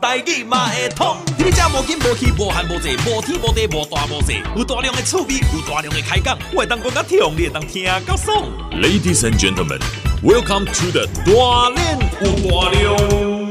台语嘛会通。你这无斤无气无寒无济，无天无地无大无细，有大量的趣味，有大量的开讲，我会当讲甲痛，你会当听到爽。 Ladies and gentlemen, welcome to the 大练有大量。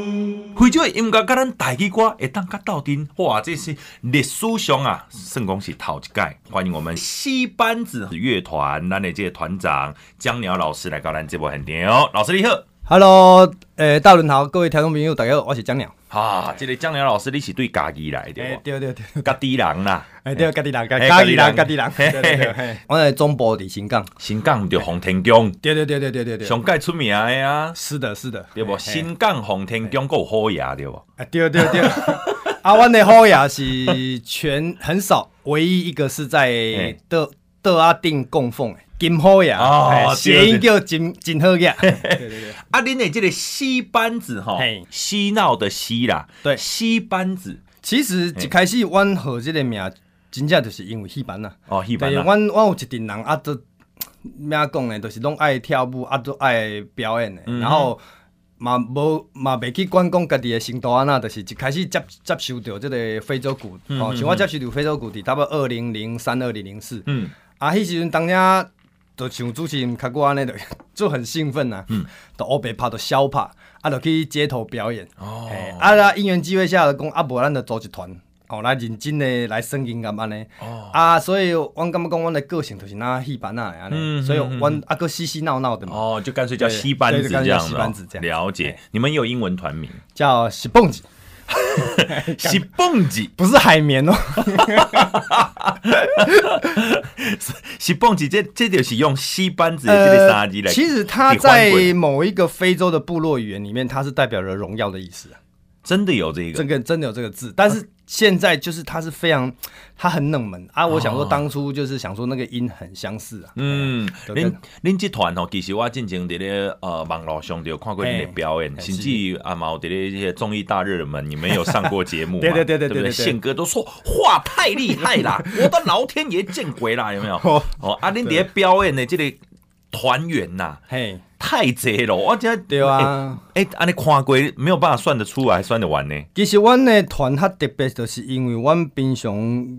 非洲的音乐甲咱台语歌会当甲斗阵，哇，啊这是历史上啊，算讲是头一届。欢迎我们西班子乐团，咱的这个团长江鸟老师来到咱这部现场。老师你好。 Hello，诶、大轮好，各位听众朋友，大家好，我是江鸟。啊，这个江良老师，你是对家己来诶、的，对对对，家己人啦，诶、对，家己人，家嘿家己人，家家己己人人，对对对，嘿我的总部伫新港。新港就洪天宫，对对对对对对对，上界出名的啊，是的，是的，对嘿无？新港洪天宫还有好爷对无？嘿啊，对对对， 啊，阮的虎牙是全很少，唯一一个是在德德阿定供奉的金虎牙，哦嘿对谐音叫金金虎牙。对对对，啊，恁的这个西班子吼嘿，嬉闹的嬉啦，对西班子其实一开始阮号这个名，真正就是因为戏班啊。哦，戏对，班啦，阮阮有一群人啊，都咩讲呢，就是拢爱跳舞，啊，都爱表演的，嗯然后。嘛无嘛袂去管讲家己的程度安那，就是一开始接接受到即个非洲鼓，吼、嗯像我接受到非洲鼓伫差不多二零零三、二零零四，嗯，啊，迄时阵当下就像主持人较我安尼，就就很兴奋呐、啊，嗯，就黑白拍，就小拍，啊，就去街头表演，哦嘿啊，啦，因缘机会下就讲，啊，无咱就组一团，哦，来认真的来算音乐安尼，哦啊，所以阮感觉讲，阮的个性就是那戏班啊安尼，嗯所以嗯阮啊个嘻嘻闹闹的嘛，哦，就干脆叫对西班子对就干这脆样叫西班子子这哦，样哎了解。你们也有英文团名，叫是蹦子，西蹦子，不是海绵哦，西蹦子，这这就是用西班子 的这个三字来。呃其实它替换在过某一个非洲的部落语言里面，它是代表了荣耀的意思啊。真的有这这个，个真的有这个字，但是现在就是它是非常，它很冷门啊。我想说，当初就是想说那个音很相似啊。哦嗯，就恁跟恁这团吼，其实我进前伫咧呃网络上就有看过恁的表演，嘿甚至啊嘛有伫咧这些综艺大热门，你们有上过节 目嘛？啊对对对对对不对对宪哥都说话太厉害 啦，我的老天爷见鬼啦，有没有？哦，啊，恁伫咧表演的这个团员呐，嘿，太侪了，我真对啊。哎，安尼看过没有办法算得出来，算得完呢？其实阮的团较特别，就是因为阮平常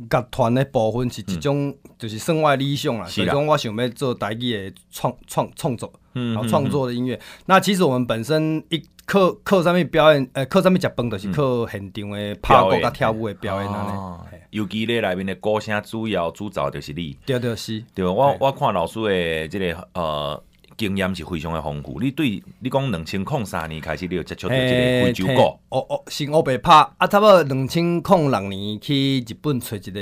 乐团的部分是一种，就是算我的理想啦。嗯是所啦以讲，我想要做台语的创创创作，嗯然后创作的音乐。那其实我们本身一靠靠上面表演，呃，靠上面食饭，就是靠现场的拍嗯表鼓演甲跳舞的表演安尼。哦尤其咧内面的歌声主要主导就是你。对对是，对，我对我看老师的这个呃经验是非常的丰富。你对你讲两千零三年开始，你有接触到这个非洲嘿鼓，哦哦，新欧白拍啊，差不多两千零六年去日本找一个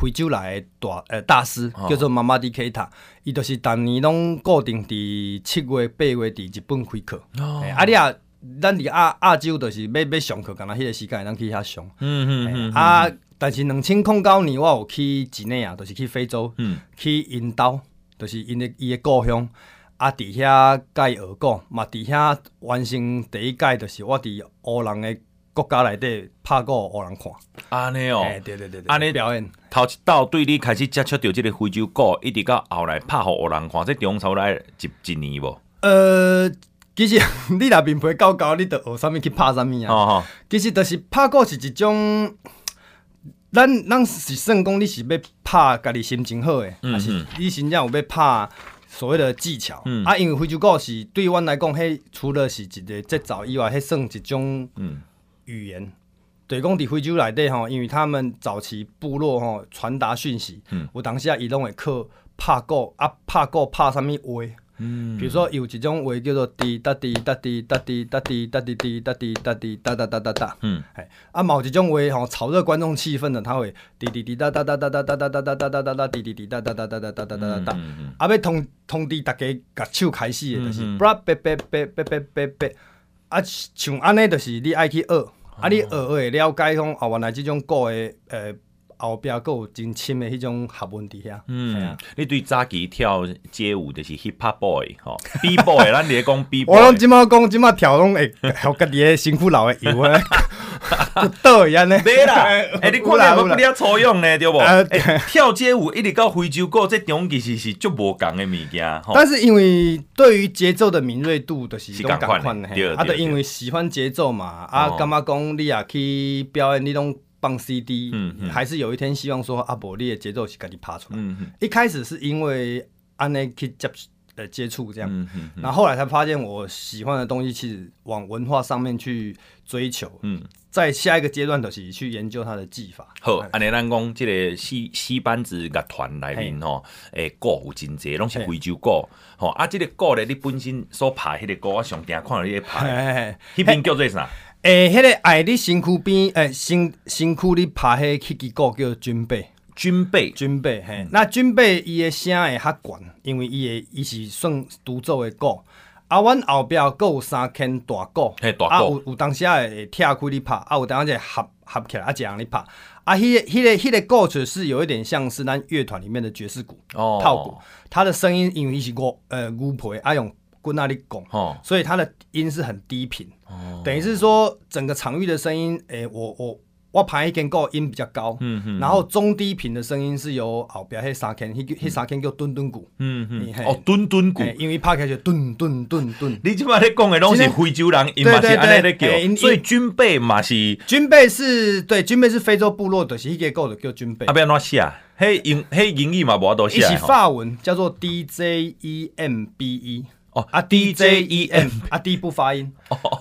非洲来的大呃大师，哦叫做妈妈 D K 塔，伊就是逐年拢固定伫七月、八月伫日本开课。哦嘿啊，你啊，咱伫亚亚洲就是要要上课，敢若迄个时间咱去遐上。嗯嗯嘿嗯，啊，但是两千零九年我有去几内亚，就是去非洲，嗯去因兜，就是因的伊的故乡。啊，伫遐甲伊学讲，嘛伫遐完成第一届，就是我伫黑人的国家内底拍过黑人看。安尼哦，嘿对对对对，安尼表演。头一道对你开始接触到这个非洲鼓，一直到后来拍互黑人看，这中超来一一年无？呃，其实 你若面皮够高，你着学啥物去拍啥物啊。哦，其实就是拍鼓是一种，咱咱是算讲你是要拍家己心情好诶，嗯还是嗯你真正有要拍所谓的技巧？嗯啊，因为非洲鼓是对阮来讲，迄除了是一个节奏以外，迄算一种嗯语言。对，讲伫非洲内底吼，因为他们早期部落吼传达讯息，嗯有当时啊伊拢会靠拍鼓啊，拍鼓拍啥物话？嗯，比如说有一种话叫做滴答滴答滴答滴答滴答滴滴答滴答滴答答答答答，嗯，哎，啊，某一种话吼炒热观众气氛的，他会滴滴滴答答答答答答答答答答答答滴滴滴答答答答答答答答嗯答，嗯嗯啊，要通通知大家甲手开始的，就是嗯嗯 bra 别别别别别别别，啊，像安尼就是你爱去学，啊，你学学会了解讲啊，原来即种歌的呃后壁佫有真深的迄种学问伫遐，嘿啊嗯，你对早期跳街舞就是 hip hop boy 吼，b boy，咱伫咧讲 b 我 boy， 拢即马讲，即马跳拢会，互家己诶辛苦流诶油啊！就倒去安尼。对 啦，哎，你看了有要不啦你有啦啊粗用呢，对不？啊哎跳街舞一直到非洲鼓，这中其实是足无共的物件 吼。但是因为对于节奏的敏锐度，就是是拢同共款款的的对嘿，啊，对就因为喜欢节奏嘛，啊哦，感觉讲你也去表演，你拢放 CD，嗯嗯还是有一天希望说啊，无你的节奏是家己拍出来。嗯嗯一开始是因为安尼去接呃接触这样，嗯嗯嗯然后后来才发现我喜欢的东西其实往文化上面去追求，嗯，在下一个阶段就是去研究它的技法。 好，安尼咱讲即个西西班子乐团内面吼，诶鼓有真济，拢是非洲鼓吼。啊，即个鼓咧，你本身所拍迄个鼓，我上定看到你咧嘿拍，嘿嘿迄边叫做啥？诶，哎迄、个爱你身躯边，诶、身身躯里拍迄个起支鼓叫军备，军备军备嘿。嗯那军备伊的声会较悬，因为伊的伊是算独奏的鼓。啊，阮后壁阁有三间大鼓，嘿大鼓啊有有当时会会拆开咧拍，啊有当时会合合起来啊一人咧拍。啊，迄、个、迄、个、迄、个鼓就是有一点像是咱乐团里面的爵士鼓、哦套鼓，它的声音因为伊是牛呃牛皮，啊用棍仔咧拱，吼，所以它的音是很低频，哦等于是说整个场域的声音，诶、我我我排一间够音比较高，嗯嗯然后中低频的声音是由后边迄三间，迄迄三间叫墩墩鼓，嗯嗯，嘿哦，墩墩鼓。诶因为拍起来就墩墩墩墩。你即摆咧讲的拢是真的非洲人，因对嘛是对安尼对咧叫，嘿因因所以军备嘛是军备是对，军备是非洲部落的，就是迄个够的叫军备啊，，要安怎写？迄英迄英语嘛无法度一写起吼。法文叫做 D J E M B E。哦啊，D J E M 啊，D 不发音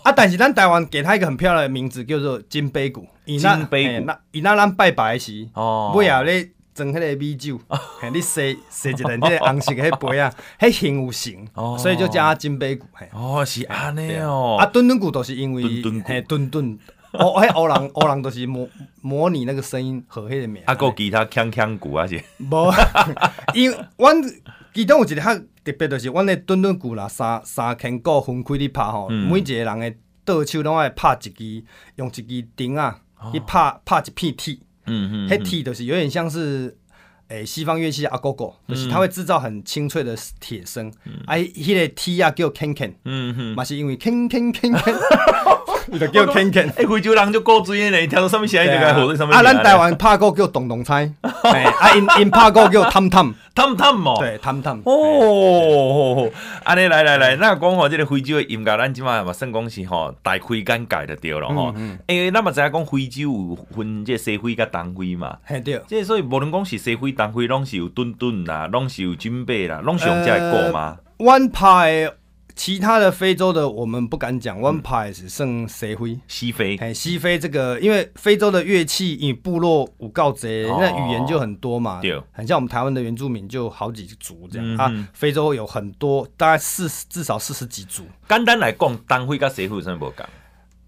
啊，但是咱台湾给它一个很漂亮的名字，叫做金杯谷。以那金杯谷嘿那以那咱拜拜的时，哦尾后咧装迄个米酒，嘿你洗洗一轮，迄个红色的 迄杯啊，迄形有形哦，所以就叫它金杯谷。嘿哦，是安尼啊，哦。墩墩谷都是因为墩墩谷嘿墩墩，哦，迄欧人欧人都是模模拟那个声音和迄个名。啊，有其他腔腔鼓啊是。无， 因为阮其中有一个较特别，就是阮的墩墩鼓啦，三三千股分开咧拍吼，嗯每一个人的倒手拢爱拍一支，用一支钉啊去拍拍一片铁，哦嗯嗯迄铁就是有点像是。诶、西方乐器的阿狗狗，就是嗯它会制造很清脆的铁声，啊，迄个铁啊叫 ken ken，嗯嗯。嘛是因为 ken ken ken ken，伊就叫 ken ken。哎，非洲人就够注意嘞，听到什么声音就该哎火在上面。啊，咱台湾拍鼓叫咚 咚猜，嘿啊，因因拍鼓叫探探，探探嘛。对探探。哦，安尼来来来，那讲吼，即个非洲的音乐，咱即马嘛算讲是吼大开眼界就对了吼。嗯诶，咱嘛知影讲非洲有分即西非甲东非嘛。嘿对，即所以无论讲是西非、东非，拢是有顿顿啦，拢是有军备啦，拢是用这个嘛。湾派其他的非洲的我们不敢嗯讲，湾派只剩西非。西非，哎，西非这个，因为非洲的乐器，因为部落有告贼，哦那语言就很多嘛，对很像我们台湾的原住民就好几族这样、嗯嗯啊。非洲有很多，大概四十至少四十几族。简单来讲，东非甲西非有啥无共？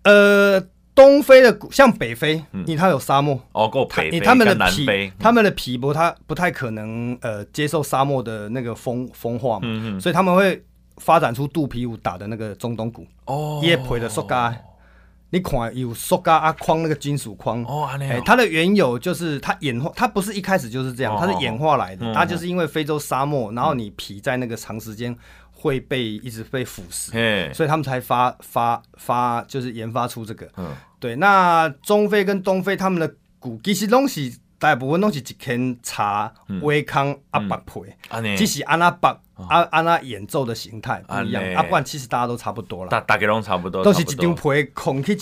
呃，东非的古像北非，嗯因为它有沙漠，哦，够它北非他们的跟南皮非，，他们的皮不太不太可能呃接受沙漠的那个风风化嘛，嗯嗯所以他们会发展出肚皮舞打的那个中东鼓，哦伊、皮的塑胶的，你看有塑胶啊框那个金属框。哦，安尼哎哦，它的缘由就是它演化，它不是一开始就是这样哦，它是演化来的嗯。它就是因为非洲沙漠，然后你皮在那个长时间会被一直被腐蚀，嘿，所以他们才发发发，就是研发出这个。嗯，对，那中非跟东非他们的鼓其实拢是大部分拢是一根茶、嗯微康、阿白皮，安尼，只是安那白阿安那演奏的形态不一样哦安尼。阿不然其实大家都差不多大啦，大家拢差不多，都是一差不多张皮空去一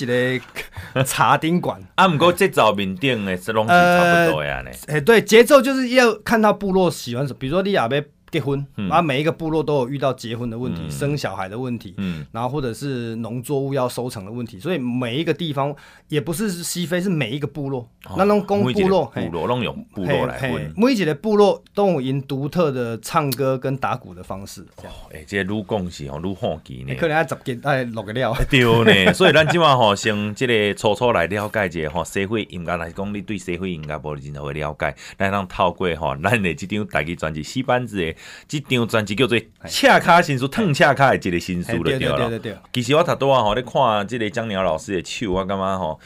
个 茶顶管。啊，毋过节奏面顶诶，这拢是差不多呀呢。哎、对，节奏就是要看他部落喜欢什么，比如说利亚贝结婚，嗯啊，每一个部落都有遇到结婚的问题、生小孩的问题，嗯然后或者是农作物要收成的问题，所以每一个地方也不是西非，是每一个部落，那种公哦每一个部落，部嘿落拢用部落来嘿嘿分。每一个部落都有因独特的唱歌跟打鼓的方式，这样，诶，这哦愈讲是吼愈好奇呢你。可能要十斤哎落个 料，对呢，所以咱即满吼，先即个初初来了解一下吼，社会音乐来讲，你对社会音乐无任何的了解，咱通透过吼， 咱的即张台语专辑《四班子》的即张专辑叫做《赤卡新书》，烫赤卡的即个新书嘿就哎对对对对了对。对，其实我头拄啊吼，咧看即个张鸟老师的手，我感觉吼，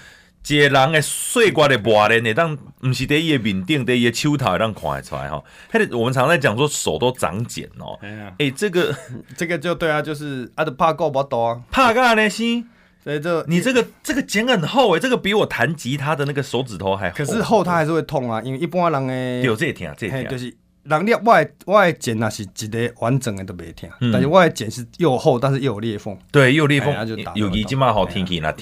一个人的岁月的磨练，会当毋是伫伊的面顶，伫伊的手头会当看会出来吼。迄个我们常在讲说手都长茧哦，诶、这个 这个就对啊，就是啊，都怕够不多啊，拍甲安尼生，所以这你这个这个茧很厚哎，这个比我弹吉他的那个手指头还厚。可是后它还是会痛啊，因为一般人诶，有这也听，这也嘿，听，就是人裂我的我的茧若是一个完整的都袂疼，但是我的茧是又厚，但是又有裂缝。对，又裂缝哎呀就打，尤其到即马好天气，那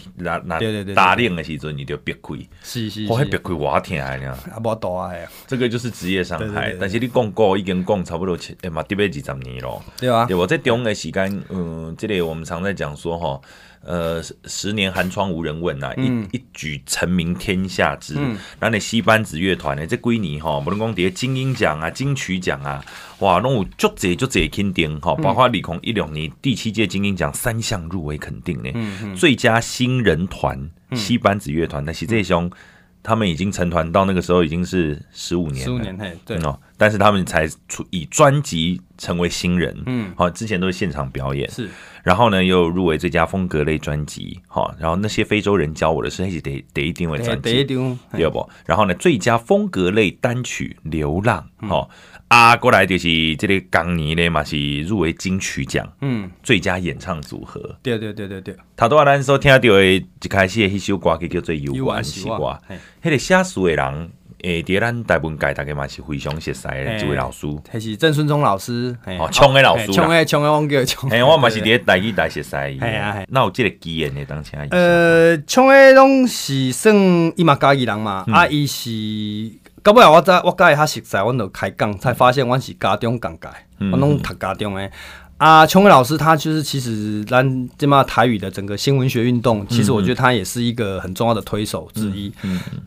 那对对对那对打冷的时阵，你就别开，哦是是我还别是，开，我听的呀。哦啊无大啊，嘿啊这个就是职业伤对对对害对，但是你讲过已经讲差不多七，哎嘛，得要二十年咯。对啊对，，我在中的时间，嗯，这里我们常在讲说哈，呃，十十年寒窗无人问呐、啊一一举成名天下知。那、你西班子乐团呢，这几年哈，无论讲伫金鹰奖啊、金曲奖啊，哇，拢有足侪足侪肯定哈，包括李孔一六年第七届金鹰奖三项入围肯定呢，最佳新人团西班子乐团，但是这兄他们已经成团到那个时候已经是十五年十了，五年嘿，对嗯，哦，但是他们才出以专辑成为新人，嗯嗯，好，之前都是现场表演，是然后呢又入围最佳风格类专辑，好，然后那些非洲人教我的是，那是得得一哎定会嘿专第一辑，张，嘿对不？然后呢，最佳风格类单曲《流浪》，好，啊，过来就是这个港尼嘞嘛是入围金曲奖嗯，最佳演唱组合，对对对对对，头拄啊咱所听到的一开始的迄首歌曲叫做《有游玩玩是西我瓜》。嘿迄个写书的人，诶，伫咱大部分界大家嘛是非常熟悉的一位老师。还是郑顺忠老师，嘿哦冲的老师啦嘿冲的冲的，我叫 冲。诶，哎我嘛是伫台语台熟悉伊啊嘿啊嘿的。那有即个基因的当啊请伊。呃，冲的拢是算伊嘛家己人嘛，啊，伊是到尾啊我才我甲伊较熟悉，阮就开讲，才发现阮是家长讲解，阮拢读家长诶。啊，冲的老师他就是其实咱这嘛台语的整个新闻学运动，其实我觉得他也是一个很重要的推手之一。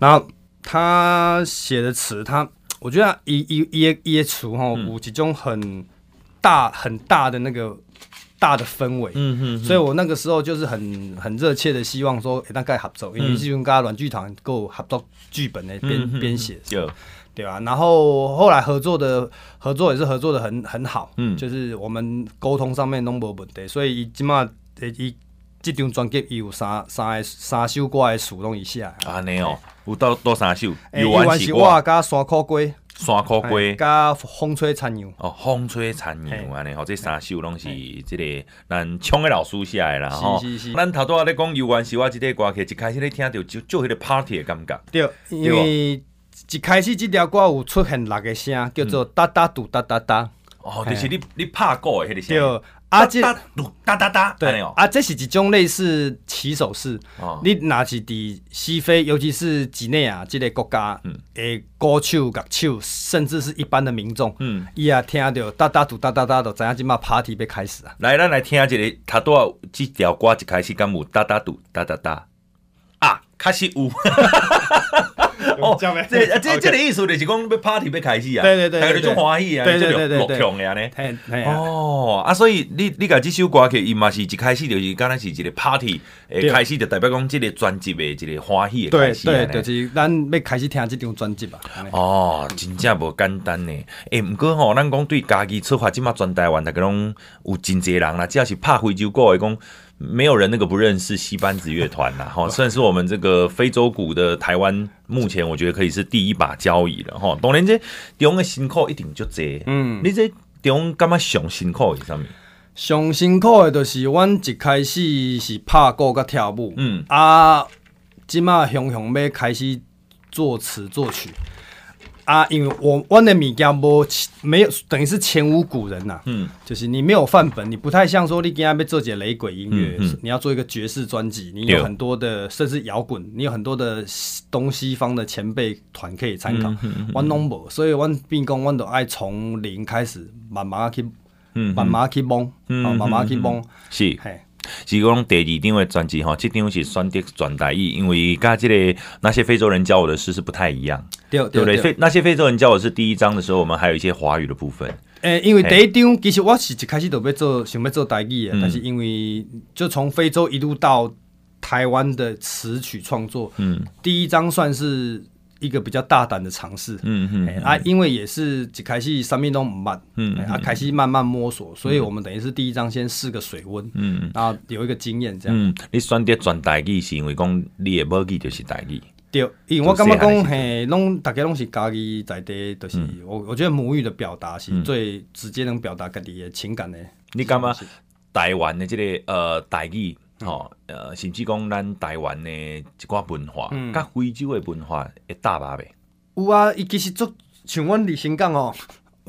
然后他写的词，他我觉得伊伊伊的伊的词吼，有一种很大很大的那个大的氛围。嗯哼，所以我那个时候就是很很热切的希望说，大概合作，嗯因为是用跟阮剧团够合作剧本的编编写，就对吧、然后后来合作的合作也是合作的很很好，嗯就是我们沟通上面拢无问题，所以伊即马诶伊这张专辑伊有三三个三首歌的词拢一下，安尼哦，有到多三首，诶有伊完原是是我我，甲山苦瓜，山苦瓜，嘿甲风吹残阳，哦，风吹残嘿阳安尼，哦吼，这三首拢是即个咱唱的老师写的啦，是吼是是。咱头拄仔咧讲有完是我即个歌曲，一开始咧听着就就迄个 party 的感觉，对，因为一开始这条歌有出现六个声，叫嗯做哒哒嘟哒哒哒。哦，就是你你拍鼓的迄个声音对，，啊，这哒哒嘟哒哒哒，安尼对哦，啊，这是一种类似起手式。哦你若是伫西非，尤其是几内亚这个国家，嗯诶，歌手、乐手，甚至是一般的民众，嗯伊也听到哒哒嘟哒哒哒，就知影即马 party 要开始啊。 来，咱来听一个，他拄啊这条歌一开始敢有哒哒嘟哒哒哒啊，确实有。 哦，这样呗这啊 这 OK 这个意思就是讲要 party 要开始啊，对对对对大家就欢喜啊，对对对对对就落强的安尼。嘿，嘿啊哦，啊，所以你你甲这首歌曲，伊嘛是一开始就是敢若是一个 party，诶，对开始就代表讲这个专辑的一个欢喜的对开始对，安尼就是咱要开始听这张专辑吧。安尼哦，真正无简单呢。诶、毋过吼，咱讲对家己出发，即马全台湾大家拢有真济人啦，只要是拍非洲鼓的讲，没有人那个不认识西班子乐团啦。 吼，算是我们这个非洲鼓的台湾，目前我觉得可以是第一把交椅了。吼，当然这中的辛苦一定就济。嗯，你这中感觉上辛苦的是啥物？上辛苦的就是阮一开始是拍鼓甲跳舞，嗯啊，即马雄雄要开始作词作曲，啊，因为我阮的物件无没有等于是前无古人呐、嗯，就是你没有范本，你不太像说你今天要做一个雷鬼音乐，嗯嗯你要做一个爵士专辑，你对有很多的甚至摇滚，你有很多的西东西方的前辈团可以参嗯考。阮拢无，所以阮变讲，阮都爱从零开始，慢慢去，嗯慢慢去蒙，哦慢慢去蒙，是。嘿，是讲第二张的专辑吼，这张是选择转台语，因为甲这个那些非洲人教我的诗是不太一样。对对对不对？对。非那些非洲人教我是第一章的时候，我们还有一些华语的部分。诶，因为第一张其实我是一开始就要做，想要做台语的，嗯但是因为就从非洲一路到台湾的词曲创作，嗯第一张算是一个比较大胆的尝试。嗯嘿嗯，啊，因为也是一开始啥物都唔捌，嗯嘿啊，开始慢慢摸索，所以我们等于是第一章先试个水温，嗯，然后有一个经验这样。嗯，你选择转台语是因为讲你的母语就是台语。对，因为我感觉就是嗯讲这样的嘿，拢大家拢是家己在地，就是我我觉得母语的表达嗯是最直接能表达家己的情感的。你感觉台湾的这个呃台语吼、呃，甚至讲咱台湾的一寡文化，甲非洲的文化会搭吧未？有啊，伊其实足像阮伫新港吼，哦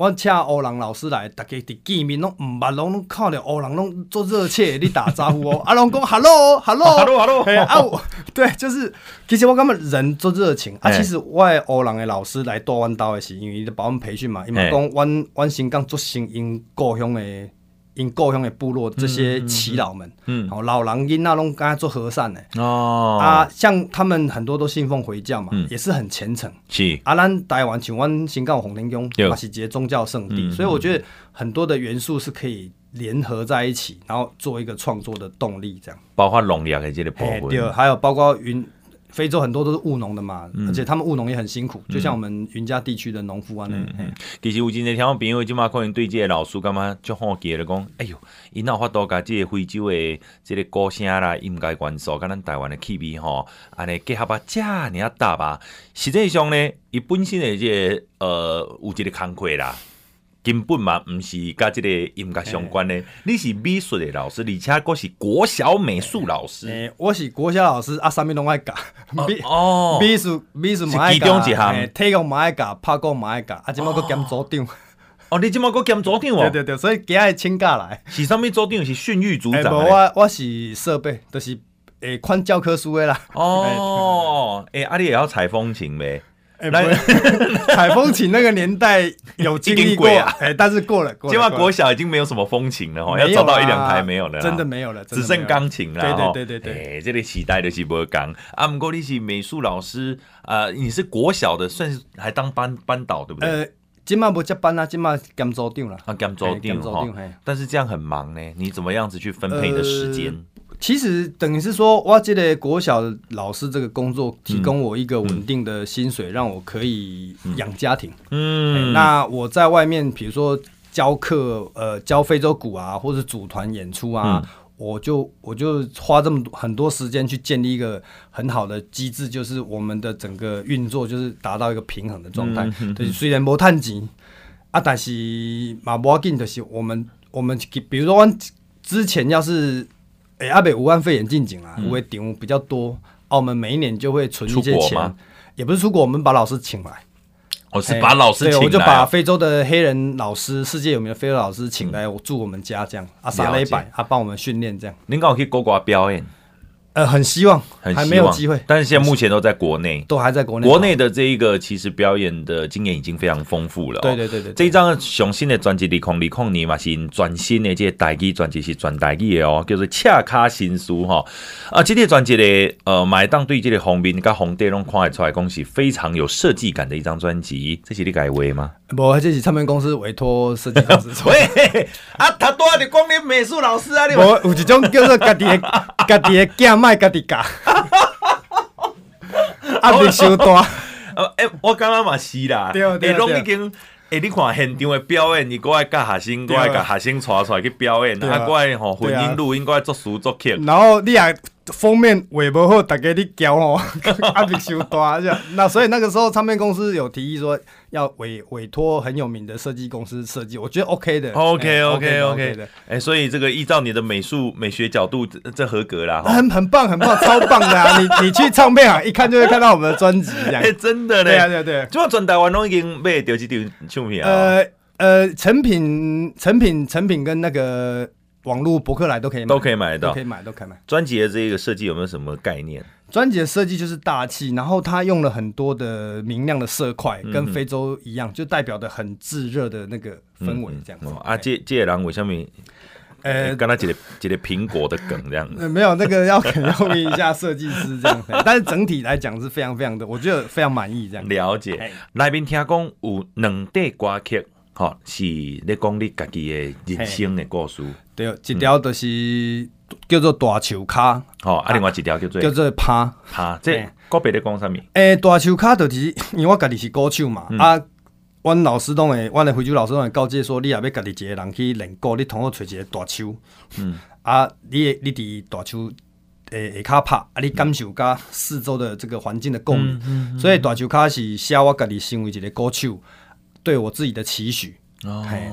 我请欧人老师来，逐家伫见面拢毋捌，拢拢看着欧人拢足热切咧打招呼 哦，啊，拢讲 hello hello Hello, hello 嘿啊，有对，就是其实我感觉人足热情啊。嘿其实我的欧人的老师来带阮兜的是，因为伊咧帮阮培训嘛，伊嘛嘿讲阮阮新港足成因故乡的。因故乡的部落这些耆老们，嗯嗯嗯吼老人囡仔拢敢做和善的，哦，啊，像他们很多都信奉回教嘛嗯，也是很虔诚。是，啊，咱台湾像阮新港有红天宫对嘛是一个宗教圣地，嗯所以我觉得很多的元素是可以联合在一起，然后做一个创作的动力，这样。包括农业的这个部嘿，对，分，还有包括云，非洲很多都是务农的嘛，嗯而且他们务农也很辛苦，就像我们云嘉地区的农夫啊，那、嗯嘿其实有真侪听众朋友即马可能对这个老师感觉足好奇的，讲，哎哟，伊哪有法度甲即个非洲的即个歌声啦、音乐元素，甲咱台湾的气味吼，安尼结合啊，遮尔啊搭吧。实际上呢，伊本身的这个呃有一个工课啦。根本嘛，毋是甲即个音乐相关的。你是美术的老师，而且佫是国小美术老师。诶、我是国小老师，啊，啥物拢爱教，美哦美术美术嘛爱是其中教，一项嘿体育嘛爱教，拍鼓嘛爱教，啊，即摆佫兼组长，哦，你即马佫兼组长 对哦，对对，所以今仔请假来。是啥物组长？是训育组哎，长无啊。我我是设备，就是诶，款教科书的啦。哦，诶、啊，你也要采风琴呗？哎，来不是采风琴那个年代有经历过已经过了，哎，但是过了，过今晚了。国过了小已经没有什么风琴了哈，要没有找到一两啦台没有了啦，真的没有了，只剩钢琴啦。对对吼哎对对对诶这个时代就是无讲。啊，不过你是美术老师，啊，你是国小的，算是还当班班导对不对？呃，今麦无接班啊啦，今麦兼组长啦。啊，兼组嘿长兼组长哈嘿，但是这样很忙呢，你怎么样子去分配你的时间？呃其实等于是说，我这个国小老师这个工作提嗯供我一个稳定的薪水，让我可以养家庭。嗯，呃那我在外面，比如说教课，呃，教非洲鼓啊，或者组团演出啊，嗯我就我就花这么多很多时间去建立一个很好的机制，就是我们的整个运作就是达到一个平衡的状嗯态。就是虽然没探钱，啊，但是嘛无要紧，就是我们我们比如说我们之前要是诶阿北武汉肺炎进境啊，我的场比较多，啊，我们每一年就会存一嗯出些国吗钱。也不是出国，我们把老师请来，我哦是哎把老师对，请我就来把哦非洲的黑人老师，世界有名的非洲老师请嗯来，我住我们家这样，啊，撒了一百，啊，帮我们训练这样，您刚好去国外表演，呃，很希望，很还希没有望机会，但是现在目前都在国内。都还在国内，国内的这一个其实表演的经验已经非常丰富了、哦。对对对对对这一张雄心的专辑《李空李空》，你嘛是因全新的这个台语专辑是全台语的哦，叫做《赤卡新书》哈、啊，这个专辑的呃，买当对这个方面跟红底拢看得出来，讲是非常有设计感的一张专辑。这是你改为吗？我这是唱片公司委托设计公司 做。喂，啊，他多的光临美术老师啊，你有我有一种叫做家 己的家己的囝卖家己教，压力伤大。呃，诶、我感觉嘛是啦，对哦对诶拢对已经。诶、你看现场的表演，你搁爱教学生，搁对哦爱教学生带出来去表演，对啊，啊搁爱吼混对啊嗯音录音，搁爱作词作曲， 然后你也封面画无好，大家你交吼， 压力伤大。这样那所以那个时候唱片公司有提议说要委委托很有名的设计公司设计，我觉得 OK 的。 OK 哎 OK 的 OK，的哎、所以这个依照你的美术美学角度，这这合格啦 哈。很很棒很棒，超棒的啊！你你去唱片行一看就会看到我们的专辑这样 哎、。真的嘞，对啊对啊对啊就全台湾拢已经买到这张唱片啊，呃呃，成品成品成品跟那个网络博客来都可以买，都可以买到都可。以买，都可以买。专辑的这个设计有没有什么概念？专辑的设计就是大气，然后它用了很多的明亮的色块，跟非洲一样，就代表的很炙热的那个氛围这样子。哦、啊，这这个人为什么？呃，哎呃刚才一个一个苹果的梗这样子。呃没有那个要可能要问一下设计师这样，哎但是整体来讲是非常非常的，我觉得非常满意这样。了解嘿，内面听讲有两块歌曲，吼、是咧讲你家己的人生的故事，对，一条就是叫做大树卡，吼、啊，另外一条叫做叫做趴。哈，这嘿个别咧讲啥物？诶、大树卡就是 因为我家己是歌手嘛，嗯啊，阮老师拢会，阮的非洲老师拢会告诫说，你也要家己一个人去练歌，你同我找一个大树，嗯， 啊，你的你伫大树诶下骹拍，啊，你感受甲四周的这个环境的共嗯鸣，所以大树卡是写我家己身为一个歌手对我自己的期许，哦嘿，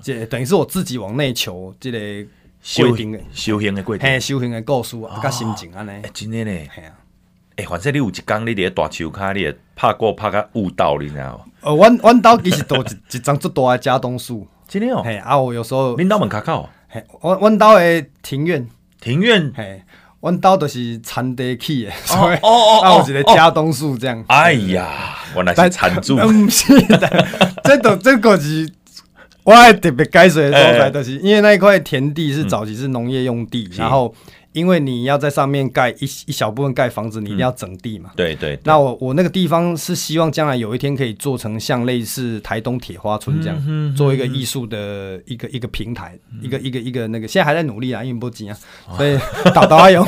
这等于是我自己往内求这个修过程的修行的过程。嘿，修行的故事啊，甲心情安尼哎，，真的呢，嘿啊。哎，反正你有一天你伫咧大树骹，你会拍鼓拍甲悟道，你知道吗？呃，阮阮兜其实都有一 一丛足大的加冬树，真的哦，嘿，啊，我有时候，恁兜门口口哦嘿，阮阮兜的庭院，庭院，嘿，阮兜都是田地起的， 所以哦哦啊哦有一个加冬树这样。哎呀，原来是缠 住，毋是的，这都这个是。我还特别解释的所哎在，就是因为那一块田地嗯是早期是农业用地，然后因为你要在上面盖一一小部分盖房子，你一定嗯要整地嘛。对对，对那我我那个地方是希望将来有一天可以做成像类似台东铁花村这样，做一个艺术的一个一个平台，一个一个一个那个，现在还在努力啊，因为不急啊，所以导导还有，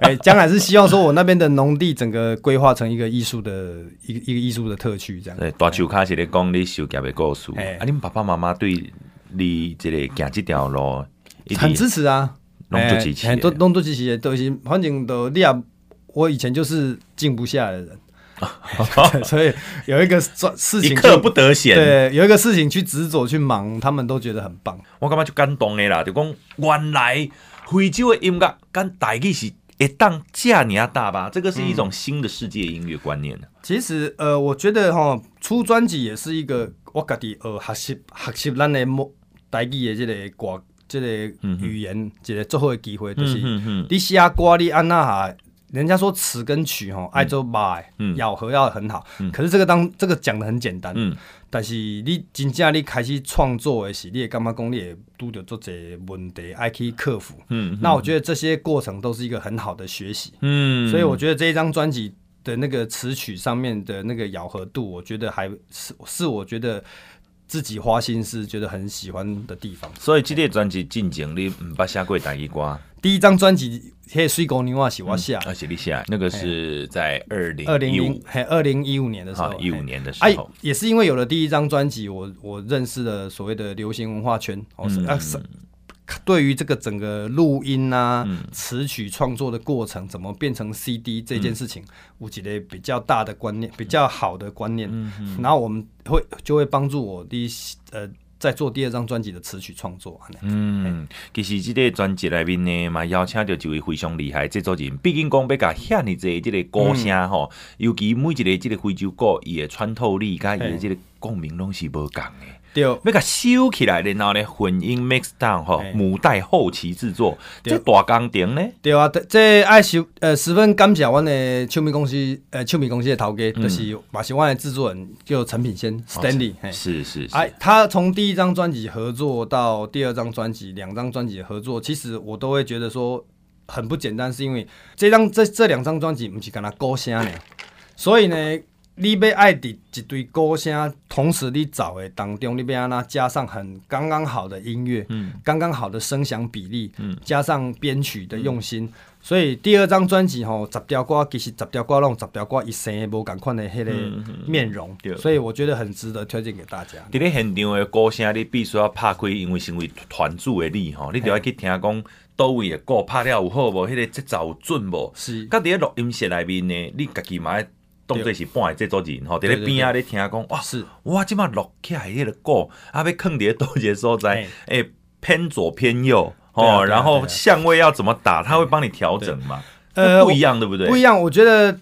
哎，将来是希望说我那边的农地整个规划成一个艺术的一个一个艺术的特区这样。对，大树骹是咧讲你修业的故事，嘿啊，恁爸爸妈妈对你即个行即条路，一定很支持啊，拢做支持的嘿都拢做支持的，都、是反正都你也，我以前就是静不下来的人， 对所以有一个专事一情刻去不得闲。对，有一个事情去执着去忙，他们都觉得很棒。我感觉就感动的啦，就讲原来非洲的音乐跟台语是会当遮尔大吧，这个是一种新的世界音乐观念。啊其实呃，我觉得哈，出专辑也是一个我家己呃学习学习咱的母台语的这个歌，这个语言、一个最好的机会，就是、嗯嗯你写歌你安那哈。人家说词跟曲吼爱做把的嗯咬合要很好，可是这个当这个讲的很简单，嗯但是你真正你开始创作的时候，你会感觉讲你会拄着做这问题爱去克服。嗯那我觉得这些过程都是一个很好的学习。嗯，所以我觉得这一张专辑的那个词曲上面的那个咬合度，我觉得还是是我觉得自己花心思觉得很喜欢的地方。所以这个专辑进前你毋捌写过台语歌，第一张专辑《嘿水狗牛啊》是我写而且你写的那个是在二零二嗯哎零一零五嘿二零一五年的时啊候，一五嘿年的时哎候，，也是因为有了第一张专辑，我我认识了所谓的流行文化圈，哦，嗯是啊是。对于这个整个录音啊、嗯词曲创作的过程，怎么变成 CD 这件事嗯情，我觉得比较大的观念，比较好的观念。嗯然后我们会就会帮助我第一呃，在做第二张专辑的词曲创作。啊这样嗯，其实即个专辑内面呢，嘛邀请到一位非常厉害的制作人，毕竟讲要甲遐尼济即个歌声吼，尤其每一个即个非洲歌，伊的穿透力甲伊的即个共鸣拢是无共的。对，哦要甲收起来，然后呢混音 mix down 吼，嘿母带后期制作，对这大工程呢，对啊，这这爱是呃十分感谢阮的唱片公司，呃唱片公司的头嗯家，就是嘛是阮的制作人叫陈品先 Stanley，嘿是是是，哎，他从第一张专辑合作到第二张专辑，两张专辑的合作，其实我都会觉得说很不简单，是因为这张这这两张专辑不是跟他歌声呢，所以呢，你要爱伫一堆歌声，同时你找的当中，你要安那加上很刚刚好的音乐，嗯，刚刚好的声响比例，嗯，加上编曲的用心。所以第二张专辑吼，十条歌其实十条歌拢有十条歌，伊生的无共款的迄个面容，嗯对所以我觉得很值得推荐给大家。伫咧现场的歌声，你必须要拍开，因为成为团主的你吼，你就要去听讲倒位的歌拍了有好无，迄、个节奏有准无？是甲伫咧录音室内面呢，你家己嘛要当做是半个制作人吼，伫咧对对边仔咧听讲，哇，是我即马录起来迄个歌，啊，要坑伫咧倒一个所在嘿，诶、偏左偏右。对啊哦，对啊然对后啊相位要怎么打，他会帮你调整嘛？呃那不一样，对不对？不一样。我觉得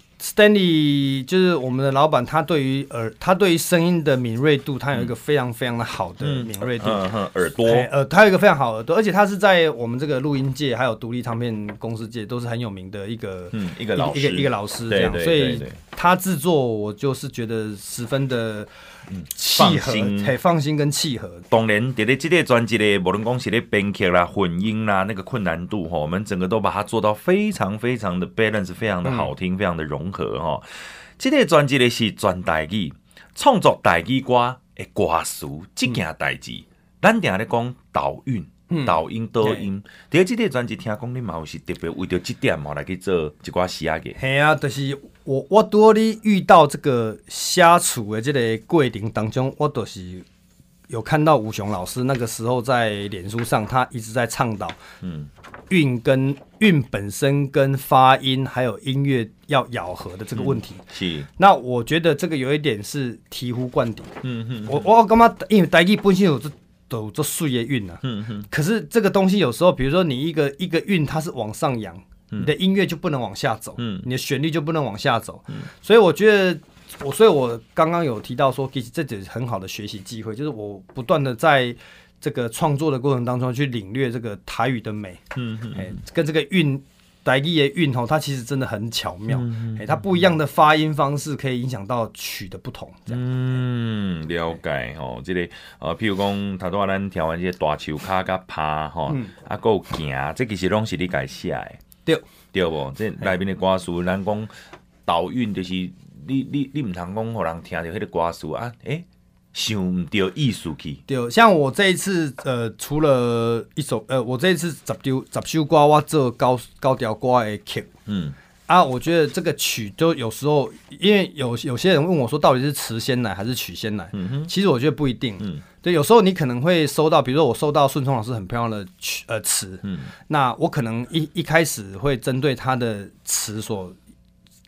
Stanley 就是我们的老板，他对于耳，他对于声音的敏锐度，他有一个非常非常的好的敏锐度。嗯哼，耳朵，哎呃，他有一个非常好的耳朵，而且他是在我们这个录音界，还有独立唱片公司界都是很有名的一个，嗯一个老师一个一个老师这样，对对所对以对他制作我就是觉得十分的嗯放契合，心很放心跟契合。当然，伫咧即个专辑咧，无论讲是咧编曲啦、混音啦，那个困难度吼，我们整个都把它做到非常非常的 balance，非常的好听，非常的融合吼。即、个专辑咧是全台语，创作台语歌的歌词，即件代志，咱定咧讲导韵。导音、抖音，伫咧即个专辑听讲，你嘛有是特别为着即点吼来去做一寡写嘅，嘿啊，就是我我拄好你遇到这个下厨的这个过程当中，我就是有看到吴雄老师那个时候在脸书上，他一直在倡导，嗯嗯，韵跟韵本身跟发音还有音乐要咬合的这个问题。是，那我觉得这个有一点是醍醐灌顶，嗯哼，我我感觉因为台语本身有这都有做岁月韵啊。嗯嗯。可是这个东西有时候，比如说你一个一个韵它是往上扬，你的音乐就不能往下走，嗯，你的旋律就不能往下走。所以我觉得我，所以我刚刚有提到说，其实这只是很好的学习机会，就是我不断的在。这个创作的过程当中去领略这个台语的美，嗯，哎、跟这个韵台语的韵吼，它其实真的很巧妙，哎、它不一样的发音方式可以影响到曲的不同，这样，嗯，了解吼、即、个呃，譬如讲，头拄仔咱听完这个大树骹甲拍吼，啊，还有行，这其实拢是你家写的，对，对无？这内面的歌词，咱讲导韵就是你你你毋通讲，互人听着迄个歌词啊，诶、想毋着意思去，对，像我这一次，呃，除了一首，呃，我这一次十丢十首歌，我做高高调歌的曲嗯啊，我觉得这个曲就有时候，因为有有些人问我说，到底是词先来还是曲先来？其实我觉得不一定，嗯，对，有时候你可能会收到，比如说我收到顺聪老师很漂亮的曲，呃，词，嗯，那我可能一一开始会针对他的词所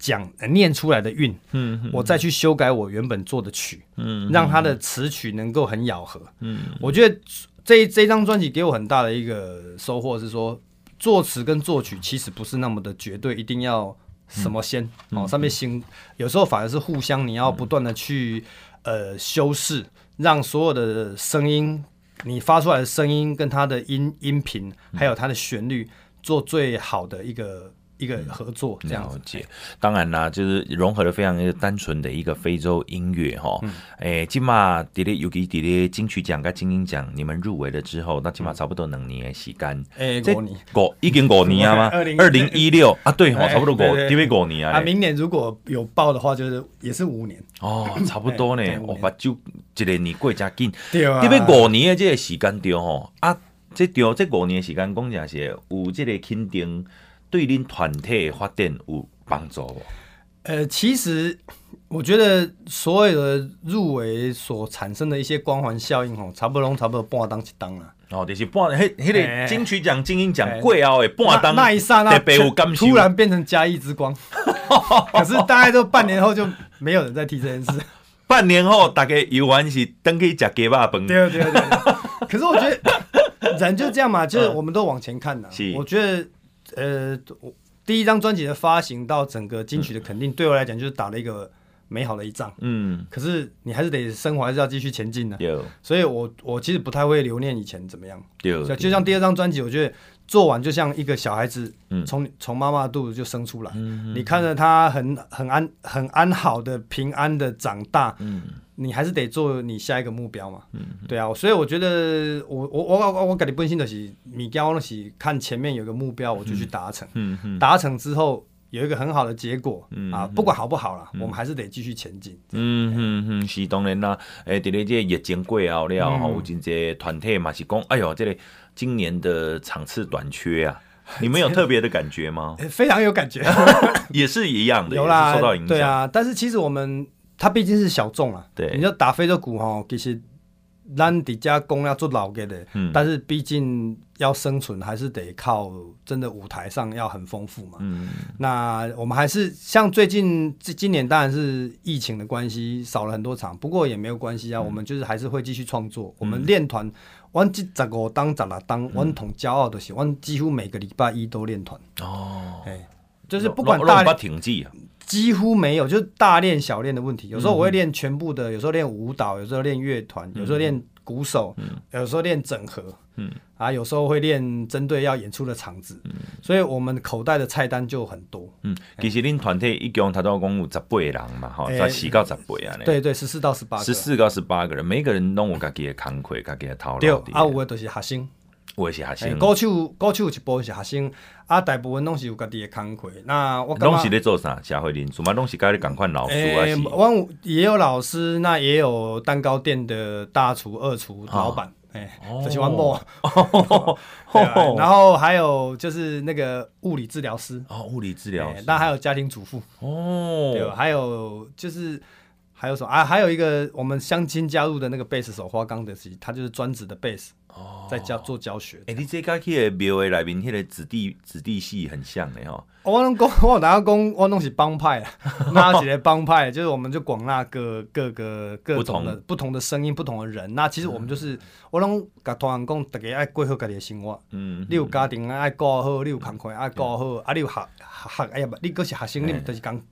讲、呃念出来的韵，嗯我再去修改我原本做的曲，嗯，让它的词曲能够很咬合，嗯，我觉得这一这张专辑给我很大的一个收获是说，作词跟作曲其实不是那么的绝对，一定要什么先、哦，上面先，有时候反而是互相，你要不断的去、呃修饰，让所有的声音，你发出来的声音跟它的音音频，还有它的旋律，做最好的一个一个合作，这样了子。解，当然啦，就是融合了非常一个单纯的一个非洲音乐哈。嗯诶、今嘛迪咧尤其迪咧金曲奖跟金鹰奖，你们入围了之后，那起码差不多两年的时间。诶这五年五已经五年啊 吗？ 2016二零一六啊，对吼，哎差不多对五，对因为五年啊啊，嘞。明年如果有报的话，就是也是五年。哦，差不多呢哎对。我五年目睭一个年过真紧，对啊因为五年的这个时间中吼啊，这中这五年的时间讲真是有这个肯定对恁团体的发展有帮助无？呃，其实我觉得所有的入围所产生的一些光环效应，吼，差不多拢差不多半当一当啦。哦，就是半迄迄个哎金曲奖、金鹰奖哎过后的半当那那一刹特那别有感受。突然变成嘉义 之光，可是大概都半年后就没有人在提这 件事。半年后，大家游玩是登去食鸡肉饭。对对对对。可是我觉得人就这样嘛，就是我们都往前看呐、是我觉得呃，我第一张专辑的发行到整个金曲的肯定，对我来讲就是打了一个美好的一仗。嗯，可是你还是得生活，还是要继续前进的、啊对所以我我其实不太会留念以前怎么样。对所以对就像第二张专辑，我觉得做完就像一个小孩子从从妈妈肚子就生出来，你看着他很很安很安好的平安的长大，你还是得做你下一个目标嘛。对啊，所以我觉得我我我我我感觉本身的是米高那是看前面有个目标，我就去达成，达成之后。有一个很好的结果、啊，不管好不好啦，我们还是得继续前进。嗯嗯嗯，是当然啦。诶、伫咧这个疫情过后嗯了，吼、有真济团体嘛是讲，哎哟，这个今年的场次短缺 啊，你们有特别的感觉吗？诶呃非常有感觉。也是一样的，有也啦是受到影响。对，啊，但是其实我们它毕竟是小众啊，对你要打非洲鼓吼，其实咱底家公要做老个的，嗯但是毕竟要生存还是得靠真的舞台上要很丰富嘛。嗯，那我们还是像最近这今年当然是疫情的关系少了很多场，不过也没有关嗯系啊，我们就是还是会继续创作，我们练团。我这十五当、十六当，我同骄傲的是，我几乎每个礼拜一都练团，哦，哎、就是不管大拢不停止啊，几乎没有，就是大练小练的问题。有时候我会练全部的，有时候练舞蹈，有时候练乐团，嗯有时候练鼓手，有时候练整合，嗯，啊，有时候会练针对要演出的场子，所以我们口袋的菜单就很多。嗯，其实恁团体一共头拄讲有十八个人嘛，吼，诶才四到十八啊咧。对对，十四到十八个，十四到十八个人，每个人拢有家己的工课，家己的头脑。对，伫啊，有哎的就是学生，我也是学诶生，歌手歌手有一部分是学生，啊，大部分拢是有家己的工课。那我感拢是觉。哎咧做啥？社会人士嘛，拢是家己共款老师啊，诶、是。我有也有老师，那也有蛋糕店的大厨、二哦厨、老板，哎、这些玩梦。 对啊哦然后还有就是那个物理治疗师，哦，物理治疗哎师，那还有家庭主妇，对吧？啊哦，还有就是。还有什么啊？还有一个我们相亲加入的那个贝斯手花冈德西，他就是专职的贝斯，哦在教做教学。哎、你这个去的庙的内面，迄个子弟子弟戏很像的吼。哦我拢讲， 我哪讲，我拢是帮派啦， 那几个帮派，就是我们就广纳各各个各种的不不同的声音、不同的人。那其实我们就是，我拢甲团人讲，大家爱过好家己的生活。嗯，你有家庭爱顾好，你有工课爱顾好，啊，你有学学哎呀，不你搁是学生，你嗯就是工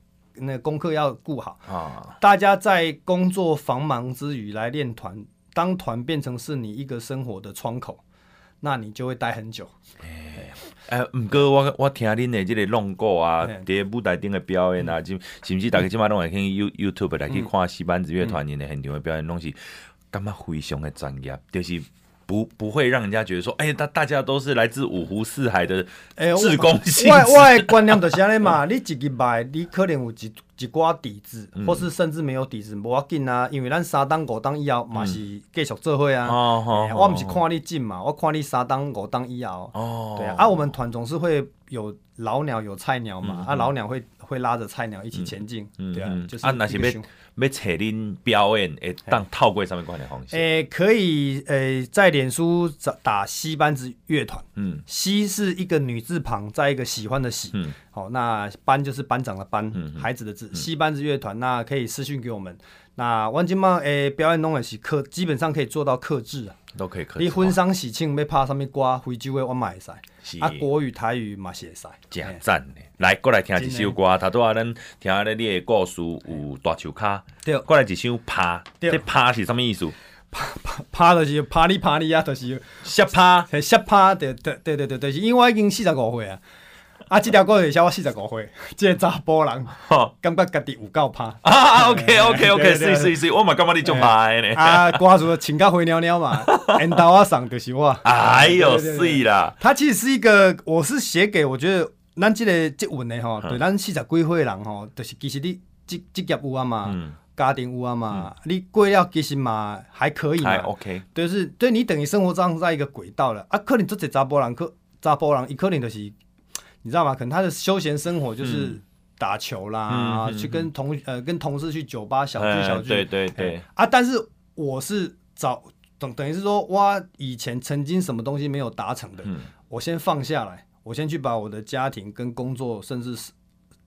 那功课要顾好。啊，大家在工作繁忙之余来练团，当团变成是你一个生活的窗口，那你就会待很久。哎、毋过我我听恁的即个弄过啊，嘿嗯伫咧舞台顶的表演啊，甚甚至大家即摆拢会去 You YouTube 来去看西班子乐嗯团因的现场的表演，拢是感觉非常的专业，就是。不不会让人家觉得说，哎、大大家都是来自五湖四海的哎我志工性质、我我的观念就是安尼嘛， 你一个歹，你可能有一一寡底子，嗯或是甚至没有底子，无要紧啊，因为咱三档五档以后嘛是继续做伙啊。嗯哦哦嘿哦我毋是看你进嘛，我看你三档五档以后。哦，对啊，啊，我们团总是会有老鸟有菜鸟嘛，啊，老鸟会会拉着菜鸟一起前进，嗯对啊嗯，就是啊，若是一个要循环要找恁表演，会当透过上面款的方式，诶、可以诶、在脸书打打西班子乐团，嗯西是一个女字旁，在一个喜欢的喜，嗯，好、那班就是班长的班，嗯嗯孩子的字，西班子乐团，那可以私讯给我们。那万金嘛，诶、表演弄的是克，基本上可以做到克制啊。都可以可以。你婚丧喜庆要拍什么歌，非洲的我嘛会使，是啊，国语台语嘛是会使。真赞的，来过来听一首歌，头拄仔咱听咧你的故事有大树卡，对过来一首拍，对这拍是啥物意思？拍就是拍你拍你啊，就是下拍，嘿瞎拍，对对对对对，就是因为我已经四十五岁啊，啊，这条歌就是写我四十五岁， 即、个查甫人。吼。感觉家己有够拍啊，OK OK 对 OK，对是对是是，我嘛感觉你种拍呢，啊，歌词穿甲灰尿尿 嘛，缘投我送就是我。哎呦，对对对是啦，它其实是一个，我是写给我觉得咱这个接吻的嗯吼，对咱四十几岁的人吼，就是其实你职职业有啊嘛嗯，家庭有啊嘛，你过了其实嘛还可以还嘛， OK，就是对你等于生活上在一个轨道了啊，可能做这查甫人可查甫人，伊可能就是你知道吗？可能他的休闲生活就是打球啦，嗯嗯嗯嗯去跟同呃跟同事去酒吧小聚哎小聚，对对对哎啊，但是我是早等等于是说，我以前曾经什么东西没有达成的，嗯我先放下来，我先去把我的家庭跟工作，甚至是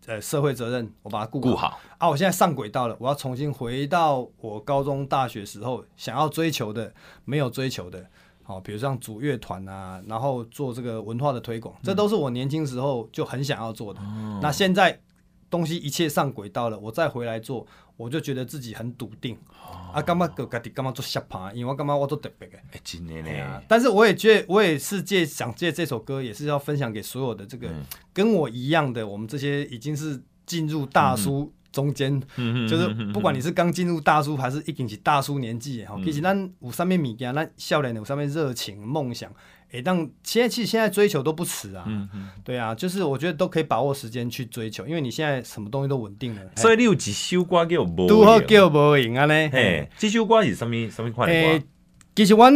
呃社会责任，我把它顾顾好，啊，我现在上轨道了，我要重新回到我高中、大学时候想要追求的，没有追求的。好，比如像组乐团啊，然后做这个文化的推广，嗯这都是我年轻时候就很想要做的。哦那现在东西一切上轨道了，我再回来做，我就觉得自己很笃定。啊，干嘛个家己干嘛做下盘，因为我干嘛我做特别的。哦哎，真的对啊呢，但是我也觉得，我也是借想借这首歌，也是要分享给所有的这个、嗯跟我一样的，我们这些已经是进入大叔中间，嗯嗯就是不管你是刚进入大叔，还是已经是大叔年纪的吼，其实咱有上面物件，咱少年有上面热情梦想，哎，当现在其实现在追求都不迟嗯啊，对啊，就是我觉得都可以把握时间去追求，因为你现在什么东西都稳定了，所以你有一首歌叫无，拄好，叫无啊用安尼，嘿，这首歌是啥物啥物款的诶、歌？其实我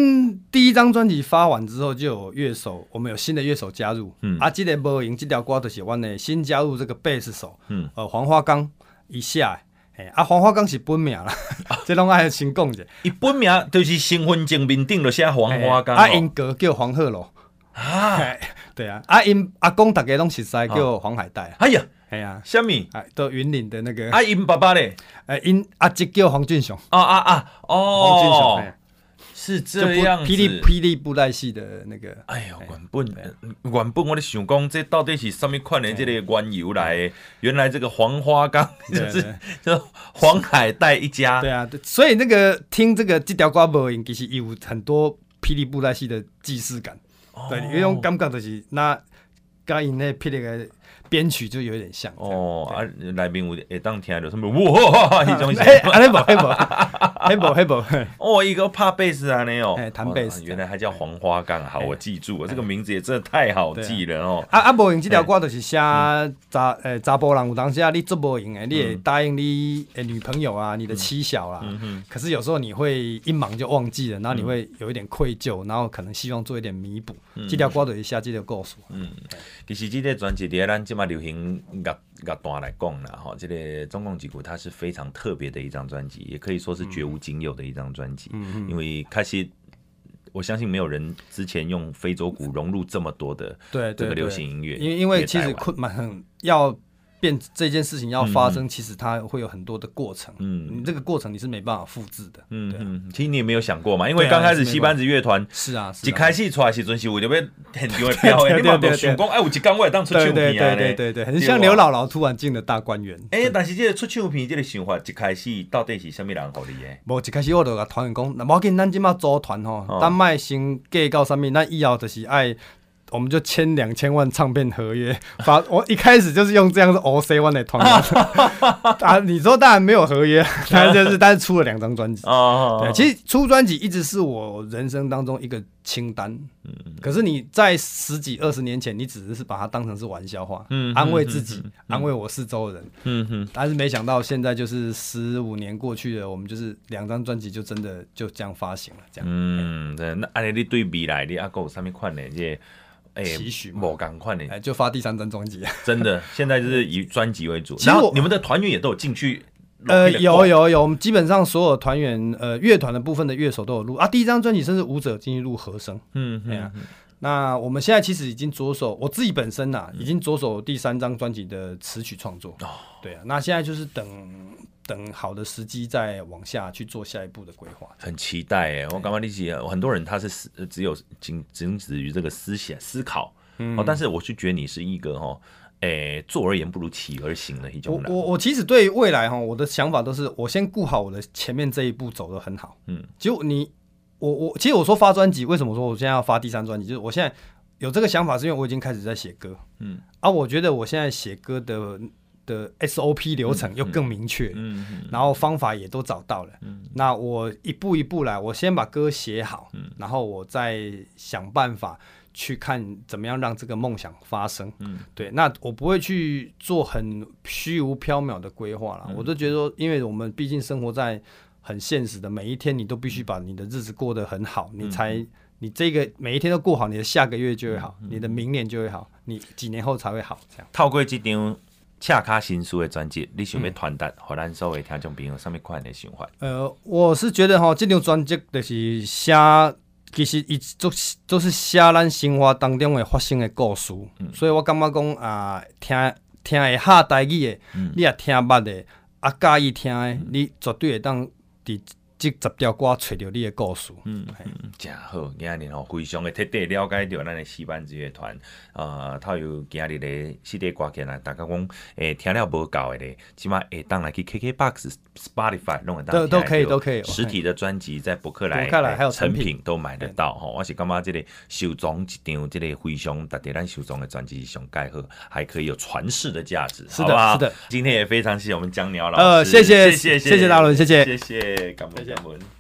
第一张专辑发完之后，就有乐手，我们有新的乐手加入。嗯啊，这个无影这条歌就是我的新加入这个贝斯手，嗯呃，黄花岗一下。诶、啊，黄花岗是本名 啦，哦这拢爱先讲者。伊本名就是身份证面顶就写黄花岗啊，哦因哥叫黄鹤楼。啊，嘿对啊，啊，因阿公大家拢实在叫黄海带啊。哎呀，哎呀、什么？啊，哎，都云岭的那个。啊，因爸爸嘞？哎，因阿叔叫黄俊雄，啊啊啊！黄俊雄，哦，哎是就这霹样子。霹雳霹雳布袋戏的那个。哎呦，原本原本我咧想讲，这到底是什么哎款的这个缘由来的？原来这个黄花岗对就是就是黄海带一家对。啊，对所以那个听这个这条歌无音，其实有很多霹雳布袋戏的既视感。对，哦有一种感觉就是那跟因那霹雳的编曲就有点像。哦哦，啊，内面有会当听到什么？哇，迄种 哎，是。安尼无，安尼无，迄无迄无，嘿哦，一个怕贝斯安尼哦哎，弹贝斯哦原来还叫黄花杠，好，我记住了，这个名字也真的太好记了哦。哎啊啊无用即条歌就是写呃查诶查甫人有当时啊你做无用诶，嗯你会答应你诶女朋友啊，你的妻小啦，嗯可是有时候你会一忙就忘记了，然后你会有一点愧疚，然后可能希望做一点弥补。嗯即条歌就是写即个故事。其实这个专辑咧，咱即马流行乐乐段来讲啦，吼，这个总共几句，它是非常特别的一张专辑，也可以说是绝无仅有的一张专辑，嗯因为开始。我相信没有人之前用非洲鼓融入这么多的对这对个对，流行音乐，因因为其也实带完困蛮很要变这件事情要发生，其实它会有很多的过程，嗯嗯，你这个过程你是没办法复制的，嗯对啊，嗯，其实你也没有想过嘛，因为对啊刚开始是没西班子乐团是啊，是啊一开始出来的时阵是为着要现场的表演，对对对你嘛对无对想讲，哎，有一天我会当出对唱对片啊对咧对对对，很像刘。吧姥姥突然进了大观园。哎，但是这个出唱片这个想法，一开始到底是什么人互你的？无一开始我就甲团员讲，那无要紧，咱即马组团吼哦，咱莫先计较啥物，咱以后就是爱，我们就签两千万唱片合约。把我一开始就是用这样子 O C one 的团员 啊，你说当然没有 合约，但就是但是出了两张专辑。哦对，其实出专辑一直是我人生当中一个清单。嗯可是你在十几二十年前，你只是把它当成是玩笑话，嗯安慰自己，安慰我四周的人。嗯哼，但是没想到现在就是十五年过去了，我们就是两张专辑就真的就这样发行了，这样。嗯，对那安尼你对未来你阿有啥物款的这哎期许嘛无共款哎、的，就发第三张专辑。真的，现在就是以专辑为主。其实然后我你们的团员也都有进去录那呃，个有歌，有有，我们基本上所有团员，呃，乐团的部分的乐手都有录啊。第一张专辑甚至舞者进去录和声。嗯哎呀哼，那我们现在其实已经着手，我自己本身呐、已经着手第三张专辑的词曲创作。嗯哦对啊，那现在就是等等好的时机，再往下去做下一步的规划。很期待哎，我刚刚理解，很多人他是思只有仅仅止于这个思想思考，嗯哦，但是我是觉得你是一个哈，诶、坐而言不如起而行的一我种人，我我其实对未来哈，我的想法都是我先顾好我的前面这一步走得很好。嗯，就你我我其实我说发专辑，为什么说我现在要发第三专辑？就是我现在有这个想法，是因为我已经开始在写歌。嗯，啊，我觉得我现在写歌的的 SOP 流程又更明确。嗯嗯然后方法也都找到了。那我一步一步来，我先把歌写好，嗯然后我再想办法去看怎么样让这个梦想发生。嗯对，那我不会去做很虚无缥缈的规划啦。嗯我都觉得说，因为我们毕竟生活在很现实的，每一天你都必须把你的日子过得很好，嗯你才。你这个每一天都过好，你的下个月就会好，嗯你的明年就会好，你几年后才会好，这样。透过这张恰卡新书的专辑，你想要传达和咱所有的听众朋友上面款的想法？呃，我是觉得吼，这张专辑就是写，其实伊就是就是写咱生活当中会发生的故事，所以我感觉讲啊、听听会下台语的，你也听捌的，啊，介意听的，你绝对会当伫即十条歌找到你的故事。嗯，嗯，真好，今日吼非常的彻底了解到咱的西班子乐团，呃，透有今日的四地歌曲啦，大家讲诶、听了无够的咧，起码会当来去 KKBox、Spotify 弄当都都可以都可以实体的专辑在博客来、博客来还有成成品嗯品都买得到吼。我是感觉这个收藏一张这个非常值得咱收藏的专辑上盖好，还可以有传世的价值，是的好不好是的。今天也非常谢谢我们江鸟老师，呃谢谢谢谢谢谢大伦谢谢谢谢，感恩感恩。